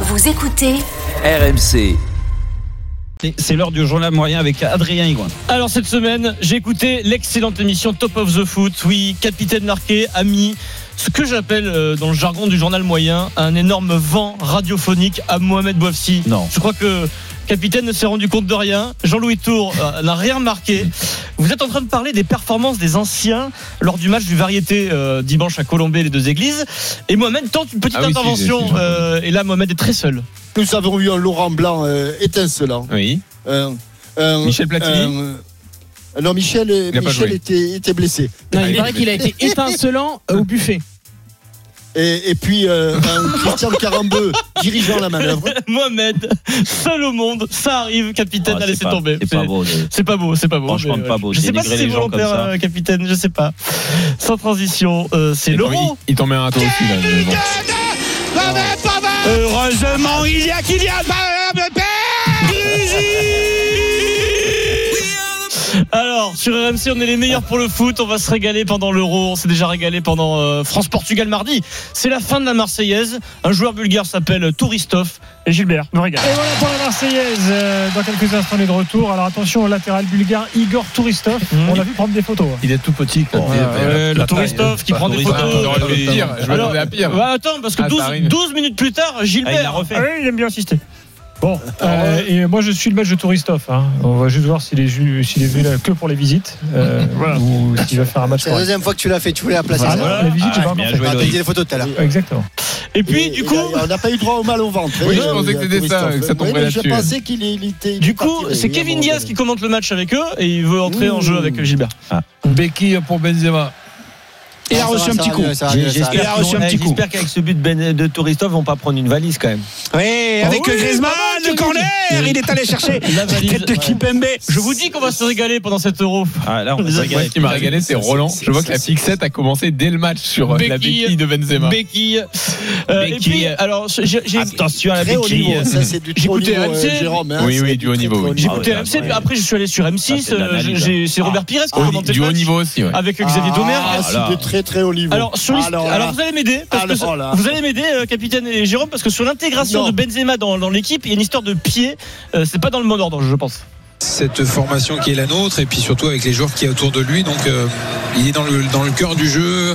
Vous écoutez RMC. C'est l'heure du journal moyen avec Adrien Higuain. Alors cette semaine, j'ai écouté l'excellente émission Top of the Foot. Oui, capitaine marqué, ami. Ce que j'appelle euh, dans le jargon du journal moyen un énorme vent radiophonique à Mohamed Bouafsi. Non. Je crois que capitaine ne s'est rendu compte de rien. Jean-Louis Tour euh, n'a rien remarqué. Vous êtes en train de parler des performances des anciens lors du match du variété euh, dimanche à Colombey les deux églises. Et Mohamed tente une petite Ah oui, si, intervention. si, si, euh, et là, Mohamed est très seul. Nous avons eu un Laurent Blanc euh, étincelant. Oui. Un- un- Michel Platini un- non, Michel, euh, Il a pas Michel joué. était, était blessé. Non, Ah, il il paraît est- qu'il a été étincelant euh, au buffet. Et, et puis euh, un Christian Carambeu dirigeant la manœuvre. Mohamed, seul au monde, ça arrive, capitaine a Ah, c'est laissé pas- tomber. C'est pas beau. de- C'est pas beau, c'est pas beau. Franchement, mais, euh, pas beau, Je sais pas si dénigrer c'est les gens comme volontaire, ça. euh, capitaine, je sais pas. Sans transition, euh, c'est Il t'en- l'euro. Il, il t'en met un à toi aussi, là. mais bon. Heureusement, il y a Kylian Alors, sur RMC, on est les meilleurs pour le foot. On va se régaler pendant l'Euro. On s'est déjà régalé pendant euh, France-Portugal mardi. C'est la fin de la Marseillaise. Un joueur bulgare s'appelle Touristov. Et Gilbert, me régale. Et voilà pour la Marseillaise. Euh, Dans quelques instants, on est de retour. Alors attention au latéral bulgare Igor Touristov. Mhm. On l'a vu prendre des photos. hein. Il est tout petit. quoi. Bon, Il est- ouais, il a ouais, la le taille, touristof hein. qui Pas prend des touriste. photos. Ah, j'aurais dû le dire, Je Alors- m'attendais à pire. Bah, attends, parce que Ah, ça 12, arrive. 12 minutes plus tard, Ah, il l'a Gilbert. refait. Oui, il aime bien insister. Bon, euh, et moi je suis le match de Touristov. hein. On va juste voir s'il est, ju- s'il est venu là que pour les visites euh, ou s'il va faire un match. C'est la correct. deuxième fois que tu l'as fait, tu voulais la placer. Ah ça. non, les visites, j'ai pas encore bien fait. joué, Ah, t'as Loïc. dit les photos tout à l'heure. Exactement. Et puis, Et- du et coup. là, on n'a pas eu droit au mal au ventre. Oui, hein, je pensais que euh, c'était ça, Christophe. que ça tomberait Oui, mais là-dessus. Je pensais qu'il est- il était. il est Du coup, parti, c'est mais il y a Kevin un Diaz moment qui commente le match avec eux et il veut entrer en jeu avec Gilbert. Béquille pour Benzema. Il a reçu un petit coup. Ah, J'espère qu'ils vont- eh, j'espère qu'avec ce but de Ben- de Touristov, on va pas prendre une valise quand même. Et avec Griezmann, le corner, il est allé chercher la valise. de Kipembe. Je vous dis qu'on va se régaler pendant cet euro. Ah, là, on va Moi, se Moi, régaler. ce qui m'a régalé, c'est Roland. Je vois que la fixette a commencé dès le match sur euh, la Béquille. béquille de Benzema. Béquille. Euh, Et Béquille. puis, alors, j'ai j'ai- Attention à la Très haut béquille. euh, niveau. Ça, c'est du J'ai haut écouté niveau, euh, RMC. Jérôme. hein, Oui, oui, c'est du haut très, niveau, très oui. haut j'ai niveau. écouté Ah, RMC, ouais. après je suis allé sur M6, Ça, c'est de hein. euh, l'analyse. j'ai- c'est Robert Pires qui Ah, a Haut- commenté du le haut match niveau aussi, ouais. avec euh, Ah, Xavier Domer. ah, Alors. c'est de très très haut niveau. Alors, sur l'hist- Ah, Alors, alors, vous allez m'aider parce que Alors sur- oh là. vous allez m'aider euh, capitaine et Jérôme parce que sur l'intégration Non. de Benzema dans, dans l'équipe, il y a une histoire de pied, Euh, c'est pas dans le bon ordre, je pense. cette formation qui est la nôtre et puis surtout avec les joueurs qui est autour de lui. Donc euh, il est dans le, dans le cœur du jeu. Euh,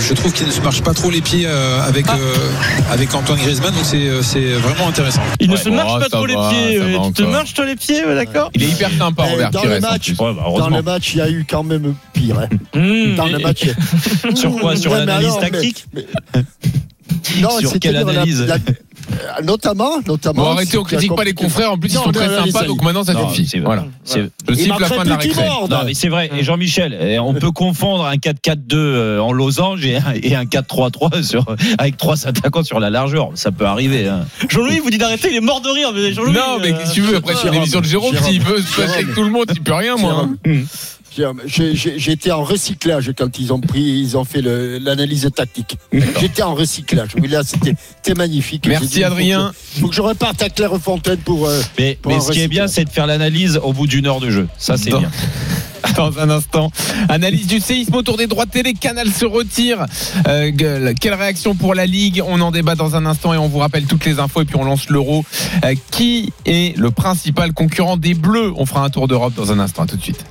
je trouve qu'il ne se marche pas trop les pieds euh, avec, Ah. euh, avec Antoine Griezmann. Donc c'est euh, c'est vraiment intéressant. Il ne Ouais. se marche Oh, pas ça trop les va, pieds, ça euh, va tu te encore. marches toi les pieds, ouais, d'accord Il est hyper sympa, Eh, Robert dans Pires, le en match, plus. Ouais, bah, Dans heureusement. Hmm. le match, il y a eu quand même pire. hein. Mmh. Dans le Et- match. Sur quoi Sur Ouais, mais l'analyse alors, mais- tactique Non, Sur c'est quelle à dire la- analyse la- euh, Notamment, notamment. Bon, arrêtez, on c'est critique la- pas les confrères. En plus, ils Non, sont non, très non, sympas. allez, Donc maintenant, ça Non, suffit. c'est- Voilà. C'est- Je Il siffle la marquerait fin de la plus qu'il récré. morde. Non, mais c'est vrai. Et Jean-Michel, eh, on peut confondre un 4-4-2 euh, en losange et un, et un 4-3-3 sur- avec trois attaquants sur la largeur. Ça peut arriver. hein. Jean-Louis vous dit d'arrêter, il est mort de rire. Mais Jean-Louis, Non, mais euh, qu'est-ce que tu veux Après, c'est Jérôme, l'émission de Jérôme. Jérôme, S'il veut se fâcher Jérôme. avec tout le monde, il peut rien, moi. hein. Jérôme, Jérôme, j'ai- j'ai- J'étais en recyclage quand ils ont pris, ils ont fait le- l'analyse tactique. J'étais en recyclage. Oui, là, c'était c'était magnifique. Merci, J'ai dit, il faut Adrien. que- Faut que je reparte à Clairefontaine pour. euh, Mais, Pour mais un ce qui est recyclage. bien, c'est de faire l'analyse au bout d'une heure de jeu. Ça, c'est Non. bien. dans un instant. Analyse du séisme autour des droits de télé. Canal se retire. Euh, gueule. Quelle réaction pour la Ligue On en débat dans un instant et on vous rappelle toutes les infos et puis on lance l'euro. Euh, qui est le principal concurrent des Bleus On fera un tour d'Europe dans un instant. À tout de suite.